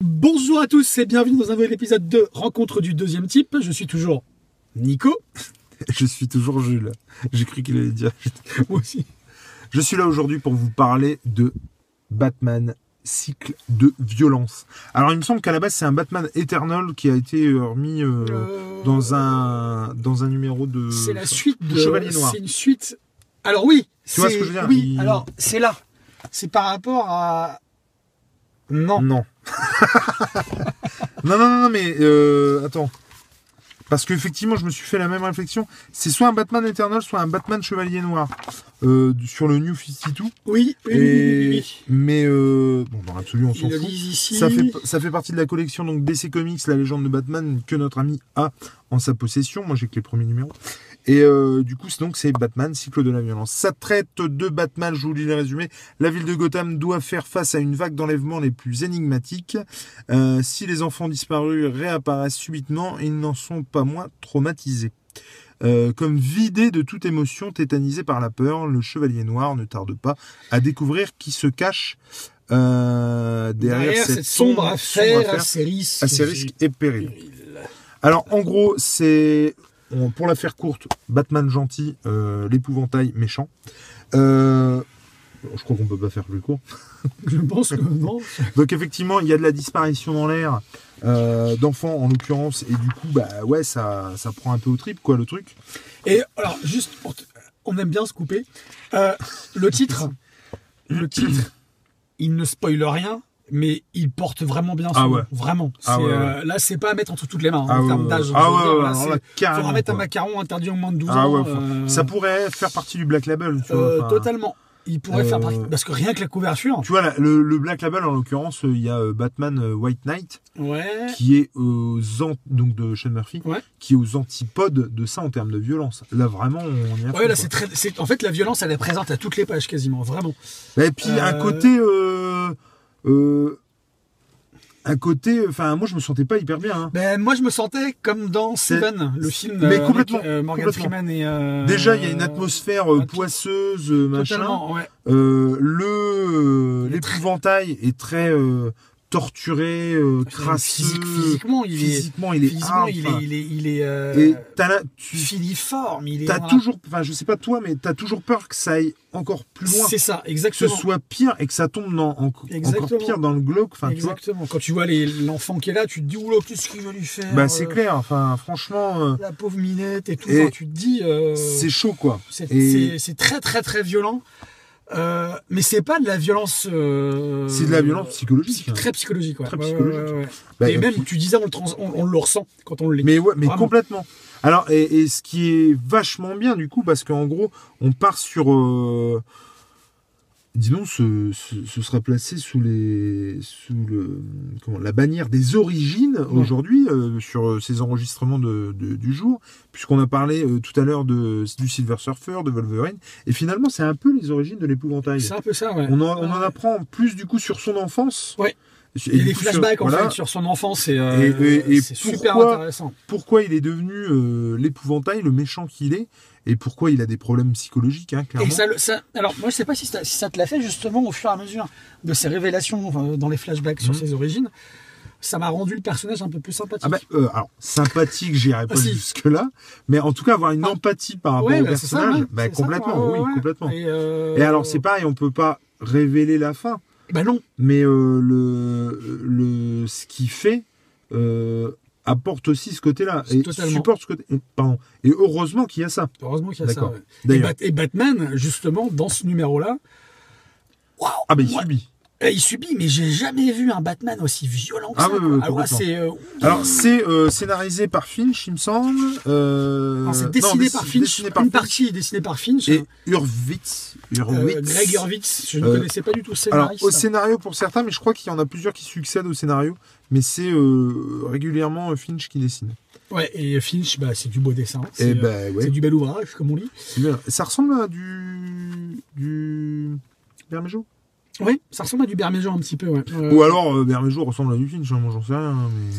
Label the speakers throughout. Speaker 1: Bonjour à tous et bienvenue dans un nouvel épisode de Rencontre du deuxième type. Je suis toujours Nico.
Speaker 2: Je suis toujours Jules. J'ai cru qu'il allait dire.
Speaker 1: Moi aussi.
Speaker 2: Je suis là aujourd'hui pour vous parler de Batman cycle de violence. Alors il me semble qu'à la base c'est un Batman Eternal qui a été euh, remis euh,
Speaker 1: Euh,
Speaker 2: dans un dans un numéro de
Speaker 1: C'est la suite de
Speaker 2: Chevalier Noir.
Speaker 1: C'est une suite. Alors oui.
Speaker 2: Tu vois
Speaker 1: c'est-
Speaker 2: ce que je veux dire
Speaker 1: Oui.
Speaker 2: Il-
Speaker 1: Alors c'est là. C'est par rapport à. Non.
Speaker 2: Non. non, non, non, non, mais euh, attends. Parce qu'effectivement, je me suis fait la même réflexion. C'est soit un Batman Eternal, soit un Batman Chevalier Noir euh, sur le New 52.
Speaker 1: Oui. Oui. oui,
Speaker 2: Et-
Speaker 1: oui, oui.
Speaker 2: Mais euh, bon, dans l'absolu, on s'en
Speaker 1: Ils le
Speaker 2: fout.
Speaker 1: disent ici.
Speaker 2: Ça fait, ça fait partie de la collection donc DC Comics, la légende de Batman que notre ami a en sa possession. Moi, j'ai que les premiers numéros. Et euh, du coup, c'est donc c'est Batman, cycle de la violence. Ça traite de Batman. Je vous lis le résumé. La ville de Gotham doit faire face à une vague d'enlèvements les plus énigmatiques. Euh, si les enfants disparus réapparaissent subitement, ils n'en sont pas moins traumatisés. Euh, comme vidé de toute émotion, tétanisé par la peur, le Chevalier Noir ne tarde pas à découvrir qui se cache euh, derrière, cette sombre, sombre
Speaker 1: affaire,
Speaker 2: affaire,
Speaker 1: à ses risques.
Speaker 2: à ses risques et périls. Alors, en gros, c'est, on- pour la faire courte, Batman gentil, euh, l'épouvantail méchant. Euh, je crois qu'on peut pas faire plus court.
Speaker 1: Je pense que non.
Speaker 2: Donc effectivement, il y a de la disparition dans l'air euh, d'enfants en l'occurrence, et du coup, bah ouais, ça, ça prend un peu au trip, quoi, le truc.
Speaker 1: Et alors, juste, pour te- on aime bien se couper. Euh, le titre, le titre, il ne spoile rien, mais il porte vraiment bien son
Speaker 2: Ah
Speaker 1: nom.
Speaker 2: ouais.
Speaker 1: Vraiment.
Speaker 2: Ah
Speaker 1: C'est,
Speaker 2: ouais,
Speaker 1: euh, là, c'est pas à mettre entre toutes les mains hein, en
Speaker 2: ouais,
Speaker 1: termes
Speaker 2: ouais.
Speaker 1: d'âge. Je
Speaker 2: Ah
Speaker 1: veux
Speaker 2: ouais,
Speaker 1: dire,
Speaker 2: ouais,
Speaker 1: là,
Speaker 2: alors là,
Speaker 1: c'est-
Speaker 2: carrément,
Speaker 1: faudra mettre un
Speaker 2: quoi.
Speaker 1: macaron interdit au moins de 12
Speaker 2: Ah
Speaker 1: ans.
Speaker 2: ouais, faut-
Speaker 1: euh,
Speaker 2: Ça pourrait faire partie du Black Label, tu vois.
Speaker 1: euh,
Speaker 2: enfin,
Speaker 1: Totalement. Il pourrait faire
Speaker 2: euh,
Speaker 1: partie. Parce que rien que la couverture.
Speaker 2: Tu vois, la- le, le Black Label, en l'occurrence, euh, il y a euh, Batman euh, White Knight,
Speaker 1: Ouais.
Speaker 2: qui est aux an- donc de Sean Murphy,
Speaker 1: Ouais.
Speaker 2: qui est aux antipodes de ça en termes de violence. Là, vraiment, on y a.
Speaker 1: Ouais, là, c'est très. c'est- En fait, la violence, elle est présente à toutes les pages quasiment. Vraiment.
Speaker 2: Et puis un
Speaker 1: Euh,
Speaker 2: côté, euh, euh, un côté. Enfin, moi, je me sentais pas hyper bien. hein.
Speaker 1: Ben, moi, je me sentais comme dans
Speaker 2: C'est-
Speaker 1: Seven, le film
Speaker 2: Mais
Speaker 1: avec,
Speaker 2: complètement,
Speaker 1: euh, Morgan
Speaker 2: complètement.
Speaker 1: Freeman et. euh,
Speaker 2: Déjà, il y a une atmosphère euh,
Speaker 1: attends.
Speaker 2: poisseuse, euh, machin.
Speaker 1: Totalement, ouais.
Speaker 2: Euh, le l'épouvantail est très euh, torturé, euh, crasseux.
Speaker 1: Physique- physiquement, il est.
Speaker 2: Physiquement, il est
Speaker 1: Physiquement,
Speaker 2: hard,
Speaker 1: il
Speaker 2: enfin.
Speaker 1: est, il est, il est, euh,
Speaker 2: Et t'as la- tu
Speaker 1: filiforme, il est.
Speaker 2: as
Speaker 1: voilà.
Speaker 2: toujours, enfin, je sais pas toi, mais t'as toujours peur que ça aille encore plus loin,
Speaker 1: C'est ça,
Speaker 2: que ce
Speaker 1: exactement.
Speaker 2: soit pire et que ça tombe dans, en- encore
Speaker 1: Exactement.
Speaker 2: pire dans le glauque. Enfin, tu vois.
Speaker 1: exactement. Quand tu vois les- l'enfant qui est là, tu te dis oula, qu'est-ce qu'il veut lui faire
Speaker 2: Bah, c'est
Speaker 1: euh,
Speaker 2: clair. Enfin, franchement, euh,
Speaker 1: La pauvre minette et tout.
Speaker 2: Et
Speaker 1: Enfin, tu te dis. euh,
Speaker 2: c'est chaud, quoi.
Speaker 1: c'est-
Speaker 2: et-
Speaker 1: c'est c'est très, très, très violent. Euh, mais c'est pas de la violence. euh,
Speaker 2: C'est de la violence psychologique.
Speaker 1: psy-
Speaker 2: hein.
Speaker 1: Très psychologique, ouais.
Speaker 2: Très
Speaker 1: Ouais, ouais,
Speaker 2: psychologique.
Speaker 1: ouais, ouais.
Speaker 2: Bah,
Speaker 1: et même, tu disais, on le, trans- on, on le ressent quand on le lit.
Speaker 2: Mais ouais, mais
Speaker 1: Vraiment.
Speaker 2: complètement. Alors, et, et ce qui est vachement bien du coup, parce qu'en gros, on part sur. Euh... Disons, ce, ce, ce sera placé sous les sous le comment la bannière des origines aujourd'hui euh, sur euh, ces enregistrements de, de- du jour, puisqu'on a parlé euh, tout à l'heure de du Silver Surfer, de Wolverine, et finalement c'est un peu les origines de l'épouvantail.
Speaker 1: C'est un peu ça, ouais.
Speaker 2: On en, on en
Speaker 1: Ouais.
Speaker 2: apprend plus du coup sur son enfance.
Speaker 1: Ouais.
Speaker 2: Et
Speaker 1: Il y a
Speaker 2: du
Speaker 1: des
Speaker 2: coup, sur-
Speaker 1: flashbacks en
Speaker 2: voilà,
Speaker 1: fait sur son enfance et, euh,
Speaker 2: Et- et- et
Speaker 1: c'est super
Speaker 2: pourquoi-
Speaker 1: intéressant.
Speaker 2: pourquoi il est devenu euh, l'épouvantail, le méchant qu'il est, et pourquoi il a des problèmes psychologiques, hein, clairement.
Speaker 1: Et ça, le- ça- alors moi je sais pas si ça, si ça te l'a fait justement au fur et à mesure de ses révélations euh, dans les flashbacks sur
Speaker 2: Mhm.
Speaker 1: ses origines, ça m'a rendu le personnage un peu plus sympathique.
Speaker 2: Ah bah, euh, alors, sympathique, j'irai pas
Speaker 1: Ah, si.
Speaker 2: jusque-là, mais en tout cas, avoir une
Speaker 1: Ah.
Speaker 2: empathie par rapport
Speaker 1: Ouais,
Speaker 2: au
Speaker 1: bah, c'est ça,
Speaker 2: personnage,
Speaker 1: ouais,
Speaker 2: bah,
Speaker 1: c'est ça,
Speaker 2: complètement,
Speaker 1: ouais,
Speaker 2: oui,
Speaker 1: ouais.
Speaker 2: complètement. Et,
Speaker 1: Et, euh,
Speaker 2: alors, c'est pareil, on peut pas révéler la fin,
Speaker 1: Bah non,
Speaker 2: mais euh, le, le, ce qu'il fait euh, apporte aussi ce côté-là, et
Speaker 1: Totalement.
Speaker 2: supporte ce côté. et- Pardon. Et heureusement qu'il y a ça,
Speaker 1: heureusement qu'il y a ça.
Speaker 2: D'accord.
Speaker 1: ouais. Et,
Speaker 2: d'ailleurs.
Speaker 1: Bat- et Batman, justement, dans ce numéro-là, waouh
Speaker 2: Ah, bah, il
Speaker 1: moi-
Speaker 2: subit.
Speaker 1: eh, il subit, mais j'ai jamais vu un Batman aussi violent que
Speaker 2: Ah
Speaker 1: ça.
Speaker 2: ouais,
Speaker 1: quoi.
Speaker 2: ouais, ouais,
Speaker 1: Ah ouais,
Speaker 2: complètement.
Speaker 1: c'est euh,
Speaker 2: Alors c'est euh, scénarisé par Finch, il me semble. Euh,
Speaker 1: enfin, c'est
Speaker 2: non,
Speaker 1: dessiné
Speaker 2: dessi-
Speaker 1: par Finch,
Speaker 2: dessiné par
Speaker 1: une
Speaker 2: Finch.
Speaker 1: partie est dessinée par Finch.
Speaker 2: Et Hurwitz. Hurwitz.
Speaker 1: Euh, Greg Hurwitz, je ne
Speaker 2: Euh,
Speaker 1: connaissais pas du tout ce
Speaker 2: Alors
Speaker 1: scénariste.
Speaker 2: au scénario pour certains, mais je crois qu'il y en a plusieurs qui succèdent au scénario. Mais c'est euh, régulièrement euh, Finch qui dessine.
Speaker 1: ouais, et Finch, bah, c'est du beau dessin. C'est
Speaker 2: Et
Speaker 1: euh,
Speaker 2: ben
Speaker 1: c'est
Speaker 2: ouais.
Speaker 1: du bel ouvrage, comme on dit.
Speaker 2: c'est bien. Ça ressemble à du du Bermejo.
Speaker 1: Oui, ça ressemble à du Bermejo un petit peu. Ouais. Euh,
Speaker 2: Ou alors euh, Bermejo ressemble à du Finch. hein, moi j'en sais rien. hein, mais...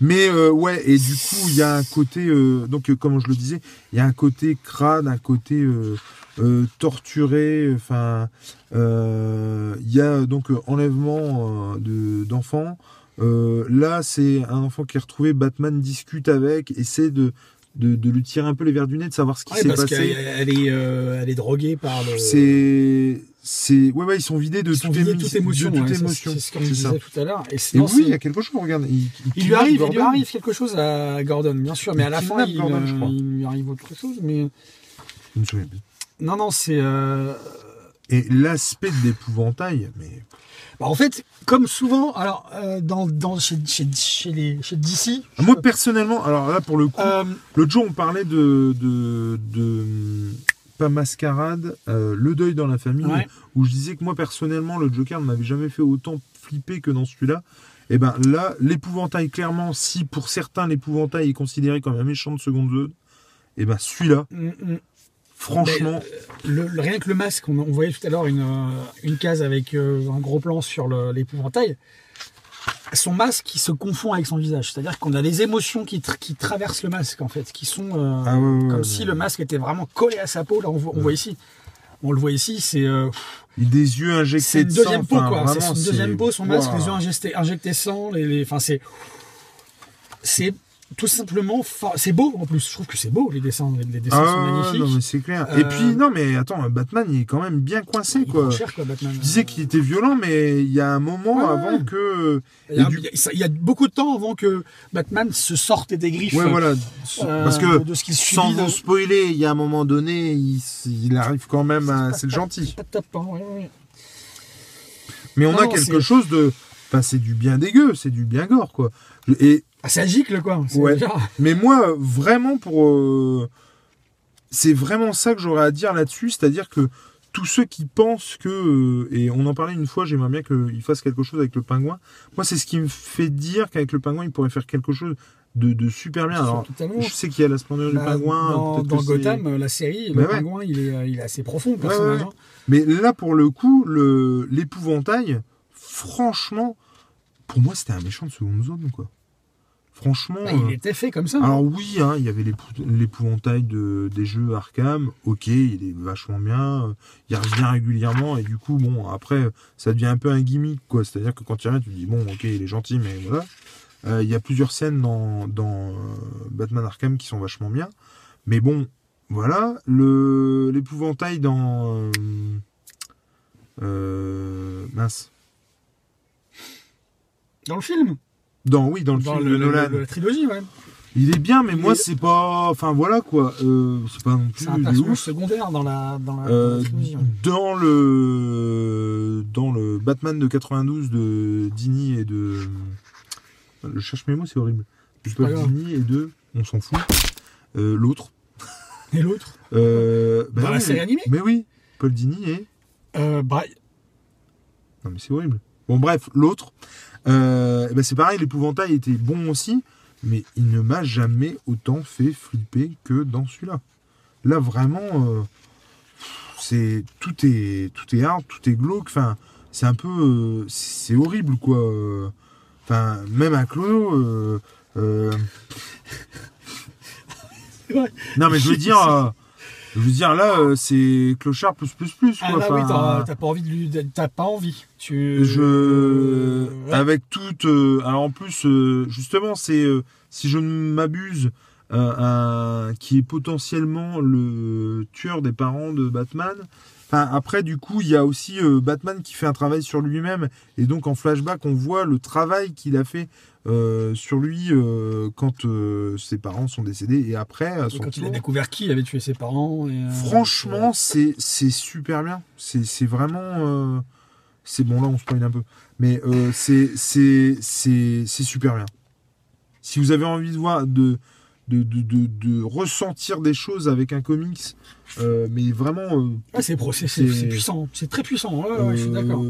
Speaker 2: Mais, euh, ouais et du coup il y a un côté euh, donc euh, comme je le disais il y a un côté crade un côté euh, euh, torturé enfin euh, il y a donc euh, enlèvement euh, de d'enfants Euh, là, c'est un enfant qui est retrouvé, Batman discute avec, essaie de, de, de lui tirer un peu les verres du nez, de savoir ce qui
Speaker 1: Ouais,
Speaker 2: s'est
Speaker 1: parce
Speaker 2: passé.
Speaker 1: qu'elle elle est, euh, elle est droguée par le.
Speaker 2: C'est, c'est, ouais, ouais, ils sont vidés de
Speaker 1: Ils
Speaker 2: toute,
Speaker 1: sont vidés de
Speaker 2: émi-
Speaker 1: toute émotion.
Speaker 2: de toute
Speaker 1: ouais, c'est-
Speaker 2: émotion.
Speaker 1: C'est ce qu'on
Speaker 2: C'est ça.
Speaker 1: disait tout à l'heure. Et
Speaker 2: Et
Speaker 1: sinon,
Speaker 2: oui, il y
Speaker 1: c'est-
Speaker 2: a quelque chose, regarde. Il,
Speaker 1: il lui
Speaker 2: kidnappe
Speaker 1: arrive, il lui
Speaker 2: Gordon.
Speaker 1: arrive quelque chose à Gordon, bien sûr, mais à la
Speaker 2: Il
Speaker 1: fin,
Speaker 2: kidnappe
Speaker 1: il,
Speaker 2: Gordon,
Speaker 1: euh,
Speaker 2: je crois.
Speaker 1: il lui arrive autre chose. Mais
Speaker 2: Je me souviens plus.
Speaker 1: non, non, c'est. euh,
Speaker 2: Et l'aspect de l'épouvantail, mais
Speaker 1: bah, en fait, comme souvent, alors euh, dans, dans chez, chez, chez les chez DC.
Speaker 2: moi personnellement, alors là pour le coup,
Speaker 1: euh,
Speaker 2: l'autre jour on parlait de de, de pas mascarade, euh, le deuil dans la famille,
Speaker 1: Ouais.
Speaker 2: où je disais que moi personnellement le Joker ne m'avait jamais fait autant flipper que dans celui-là. Et ben là, l'épouvantail clairement, si pour certains l'épouvantail est considéré comme un méchant de seconde zone, et ben celui-là,
Speaker 1: mm, mm,
Speaker 2: franchement,
Speaker 1: euh, le- le- rien que le masque, on, on voyait tout à l'heure une, euh, une case avec euh, un gros plan sur le- l'épouvantail. Son masque qui se confond avec son visage. C'est-à-dire qu'on a les émotions qui, tra- qui traversent le masque, en fait, qui sont euh,
Speaker 2: Ah ouais, ouais, ouais,
Speaker 1: comme
Speaker 2: ouais.
Speaker 1: si le masque était vraiment collé à sa peau. Là, on, voit- on voit ici. On le voit ici, c'est euh,
Speaker 2: des yeux
Speaker 1: c'est
Speaker 2: injectés
Speaker 1: une
Speaker 2: de
Speaker 1: deuxième
Speaker 2: sang,
Speaker 1: peau,
Speaker 2: enfin,
Speaker 1: quoi. C'est
Speaker 2: vraiment,
Speaker 1: une deuxième
Speaker 2: c'est-
Speaker 1: peau, son masque,
Speaker 2: Waouh.
Speaker 1: les yeux injectés, injectés sang, les, les- enfin, c'est, c'est tout simplement, fa- c'est beau, en plus. Je trouve que c'est beau, les dessins, les, les dessins sont
Speaker 2: Ah ouais,
Speaker 1: magnifiques.
Speaker 2: non mais c'est clair.
Speaker 1: Euh,
Speaker 2: Et puis non mais attends, Batman il est quand même bien coincé
Speaker 1: Il
Speaker 2: quoi.
Speaker 1: prend cher, quoi, Batman.
Speaker 2: Je disais qu'il était violent, mais il y a un moment
Speaker 1: Ouais,
Speaker 2: avant
Speaker 1: ouais.
Speaker 2: que.
Speaker 1: Il y, a,
Speaker 2: et du-
Speaker 1: il y a- ça- il y a beaucoup de temps avant que Batman se sorte des griffes.
Speaker 2: Ouais, voilà.
Speaker 1: euh,
Speaker 2: Parce que,
Speaker 1: de ce qu'il subit
Speaker 2: sans
Speaker 1: dans-
Speaker 2: vous spoiler, il y a un moment donné, il, s- il arrive quand même à. C'est le gentil.
Speaker 1: Pas de top, hein, ouais, ouais.
Speaker 2: Mais on a
Speaker 1: Non,
Speaker 2: quelque
Speaker 1: c'est-
Speaker 2: chose de. Enfin, c'est du bien dégueu, c'est du bien gore, quoi. Et,
Speaker 1: Ah, ça gicle, quoi. C'est
Speaker 2: Ouais.
Speaker 1: bizarre.
Speaker 2: mais moi, vraiment, pour. euh, c'est vraiment ça que j'aurais à dire là-dessus, c'est-à-dire que tous ceux qui pensent que. euh, Et on en parlait une fois, j'aimerais bien qu'ils fassent quelque chose avec le pingouin. Moi, c'est ce qui me fait dire qu'avec le pingouin, il pourrait faire quelque chose de, de super bien. Alors,
Speaker 1: Totalement.
Speaker 2: Je sais qu'il y a la splendeur du
Speaker 1: Bah,
Speaker 2: pingouin.
Speaker 1: dans,
Speaker 2: peut-être
Speaker 1: dans
Speaker 2: que c'est-
Speaker 1: Gotham, euh, la série,
Speaker 2: Mais
Speaker 1: le
Speaker 2: ouais.
Speaker 1: pingouin, il est, euh, il est assez profond, le
Speaker 2: ouais,
Speaker 1: personnage.
Speaker 2: ouais.
Speaker 1: hein.
Speaker 2: Mais là, pour le coup, le- l'épouvantail, franchement, pour moi, c'était un méchant de seconde zone, quoi. Franchement.
Speaker 1: Bah,
Speaker 2: euh,
Speaker 1: Il était fait comme ça.
Speaker 2: Alors oui, hein, il y avait l'épou- l'épouvantail de, des jeux Arkham. Ok, il est vachement bien. euh, Il revient régulièrement et du coup, bon, après, ça devient un peu un gimmick, quoi. C'est-à-dire que quand il revient, tu te dis bon, ok, il est gentil, mais voilà. Euh, il y a plusieurs scènes dans, dans euh, Batman Arkham qui sont vachement bien. Mais bon, voilà. Le l'épouvantail dans euh, euh, mince.
Speaker 1: Dans le film.
Speaker 2: Dans oui, dans le
Speaker 1: Dans
Speaker 2: film
Speaker 1: le-
Speaker 2: de Nolan.
Speaker 1: le- la trilogie, ouais.
Speaker 2: Il est bien, mais
Speaker 1: Il
Speaker 2: moi
Speaker 1: est-
Speaker 2: c'est pas. Enfin voilà quoi. Euh, c'est pas non plus
Speaker 1: C'est un
Speaker 2: de
Speaker 1: personnage
Speaker 2: ouf.
Speaker 1: secondaire dans la, dans la, dans
Speaker 2: Euh,
Speaker 1: la trilogie. ouais.
Speaker 2: dans le dans le Batman de 92 de Dini et de je cherche mes mots c'est horrible de
Speaker 1: pas
Speaker 2: Paul
Speaker 1: grave.
Speaker 2: Dini et de on s'en fout Euh, l'autre
Speaker 1: Et l'autre
Speaker 2: Euh, bah
Speaker 1: Dans la
Speaker 2: oui,
Speaker 1: série animée
Speaker 2: mais oui Paul Dini et
Speaker 1: euh, bah,
Speaker 2: non mais c'est horrible bon bref l'autre euh, eh ben, c'est pareil l'épouvantail était bon aussi mais il ne m'a jamais autant fait flipper que dans celui-là là vraiment euh, c'est tout est tout est hard tout est glauque enfin c'est un peu euh, c'est horrible quoi Euh, enfin même à Clodo euh, euh,
Speaker 1: vrai.
Speaker 2: non mais je veux dire euh, je veux dire là euh, c'est clochard plus plus plus quoi
Speaker 1: Ah là, oui,
Speaker 2: Enfin,
Speaker 1: t'as t'as pas envie de lui. T'as pas envie. Tu...
Speaker 2: je Ah,
Speaker 1: Ouais.
Speaker 2: avec toute euh, alors en plus euh, justement c'est euh, si je ne m'abuse euh, un- qui est potentiellement le tueur des parents de Batman. Enfin, après du coup il y a aussi euh, Batman qui fait un travail sur lui-même et donc en flashback on voit le travail qu'il a fait euh, sur lui euh, quand euh, ses parents sont décédés et après à
Speaker 1: Et
Speaker 2: son
Speaker 1: Quand il a
Speaker 2: tour.
Speaker 1: découvert qui avait tué ses parents. et, euh,
Speaker 2: Franchement, c'est c'est super bien. C'est c'est vraiment. euh, c'est bon, là, on spoil un peu. Mais euh, c'est c'est- c'est- c'est super bien. Si vous avez envie de voir, de, de, de, de- de ressentir des choses avec un comics, euh, mais vraiment. euh,
Speaker 1: ouais, Ah, c'est pro- c'est- c'est- c'est puissant. C'est très puissant. Ouais, ouais, je suis
Speaker 2: euh,
Speaker 1: d'accord.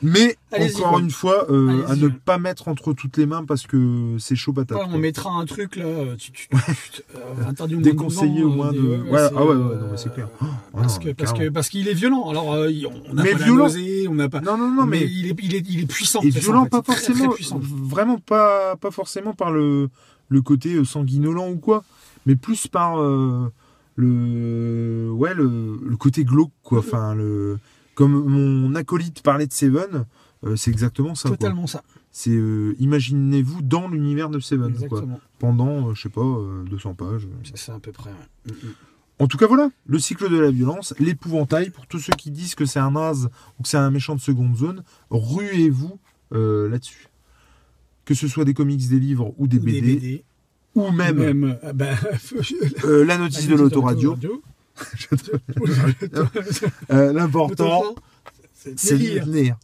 Speaker 2: Mais
Speaker 1: Allez-y,
Speaker 2: encore
Speaker 1: quoi.
Speaker 2: une fois, euh, à
Speaker 1: Allez-y,
Speaker 2: ne
Speaker 1: ouais.
Speaker 2: pas mettre entre toutes les mains parce que c'est chaud patate.
Speaker 1: Ouais, on
Speaker 2: quoi.
Speaker 1: mettra un truc là. Tu, tu, tu- tu- euh, interdit au moins de 12
Speaker 2: Déconseillé
Speaker 1: ans,
Speaker 2: au moins
Speaker 1: euh,
Speaker 2: de.
Speaker 1: des-
Speaker 2: Ouais,
Speaker 1: c'est,
Speaker 2: ah ouais, ouais,
Speaker 1: euh,
Speaker 2: non, mais c'est clair.
Speaker 1: Parce
Speaker 2: non,
Speaker 1: que parce que
Speaker 2: carrément.
Speaker 1: parce qu'il est violent. Alors euh, il- on n'a
Speaker 2: Mais
Speaker 1: pas
Speaker 2: violent.
Speaker 1: la nausée, on n'a pas.
Speaker 2: Non, non, non, mais.
Speaker 1: il est il est il est puissant.
Speaker 2: et
Speaker 1: c'est ça,
Speaker 2: violent
Speaker 1: en fait.
Speaker 2: pas
Speaker 1: C'est très, très
Speaker 2: forcément
Speaker 1: puissant.
Speaker 2: vraiment pas pas forcément par le le côté euh, sanguinolent ou quoi mais plus par euh, le ouais le, le côté glauque quoi enfin le Comme mon acolyte parlait de Seven, euh, c'est exactement ça. quoi.
Speaker 1: Totalement ça.
Speaker 2: C'est euh, imaginez-vous dans l'univers de Seven, quoi.
Speaker 1: Exactement.
Speaker 2: Pendant, euh, je sais pas, euh, 200 pages.
Speaker 1: C'est ça à peu près. ouais. Mm, mm.
Speaker 2: En tout cas, voilà, le cycle de la violence, l'épouvantail, pour tous ceux qui disent que c'est un naze ou que c'est un méchant de seconde zone, ruez-vous euh, là-dessus. Que ce soit des comics, des livres ou des
Speaker 1: Ou
Speaker 2: BD, ou même,
Speaker 1: Même, euh, bah,
Speaker 2: euh, la notice de l'autoradio. Euh, L'important,
Speaker 1: L'autoradio. C'est
Speaker 2: c'est
Speaker 1: de
Speaker 2: de
Speaker 1: lire.
Speaker 2: lire.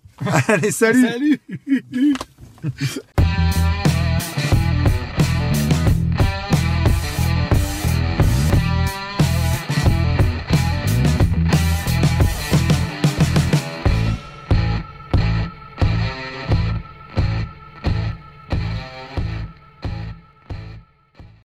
Speaker 2: Allez, salut
Speaker 1: Salut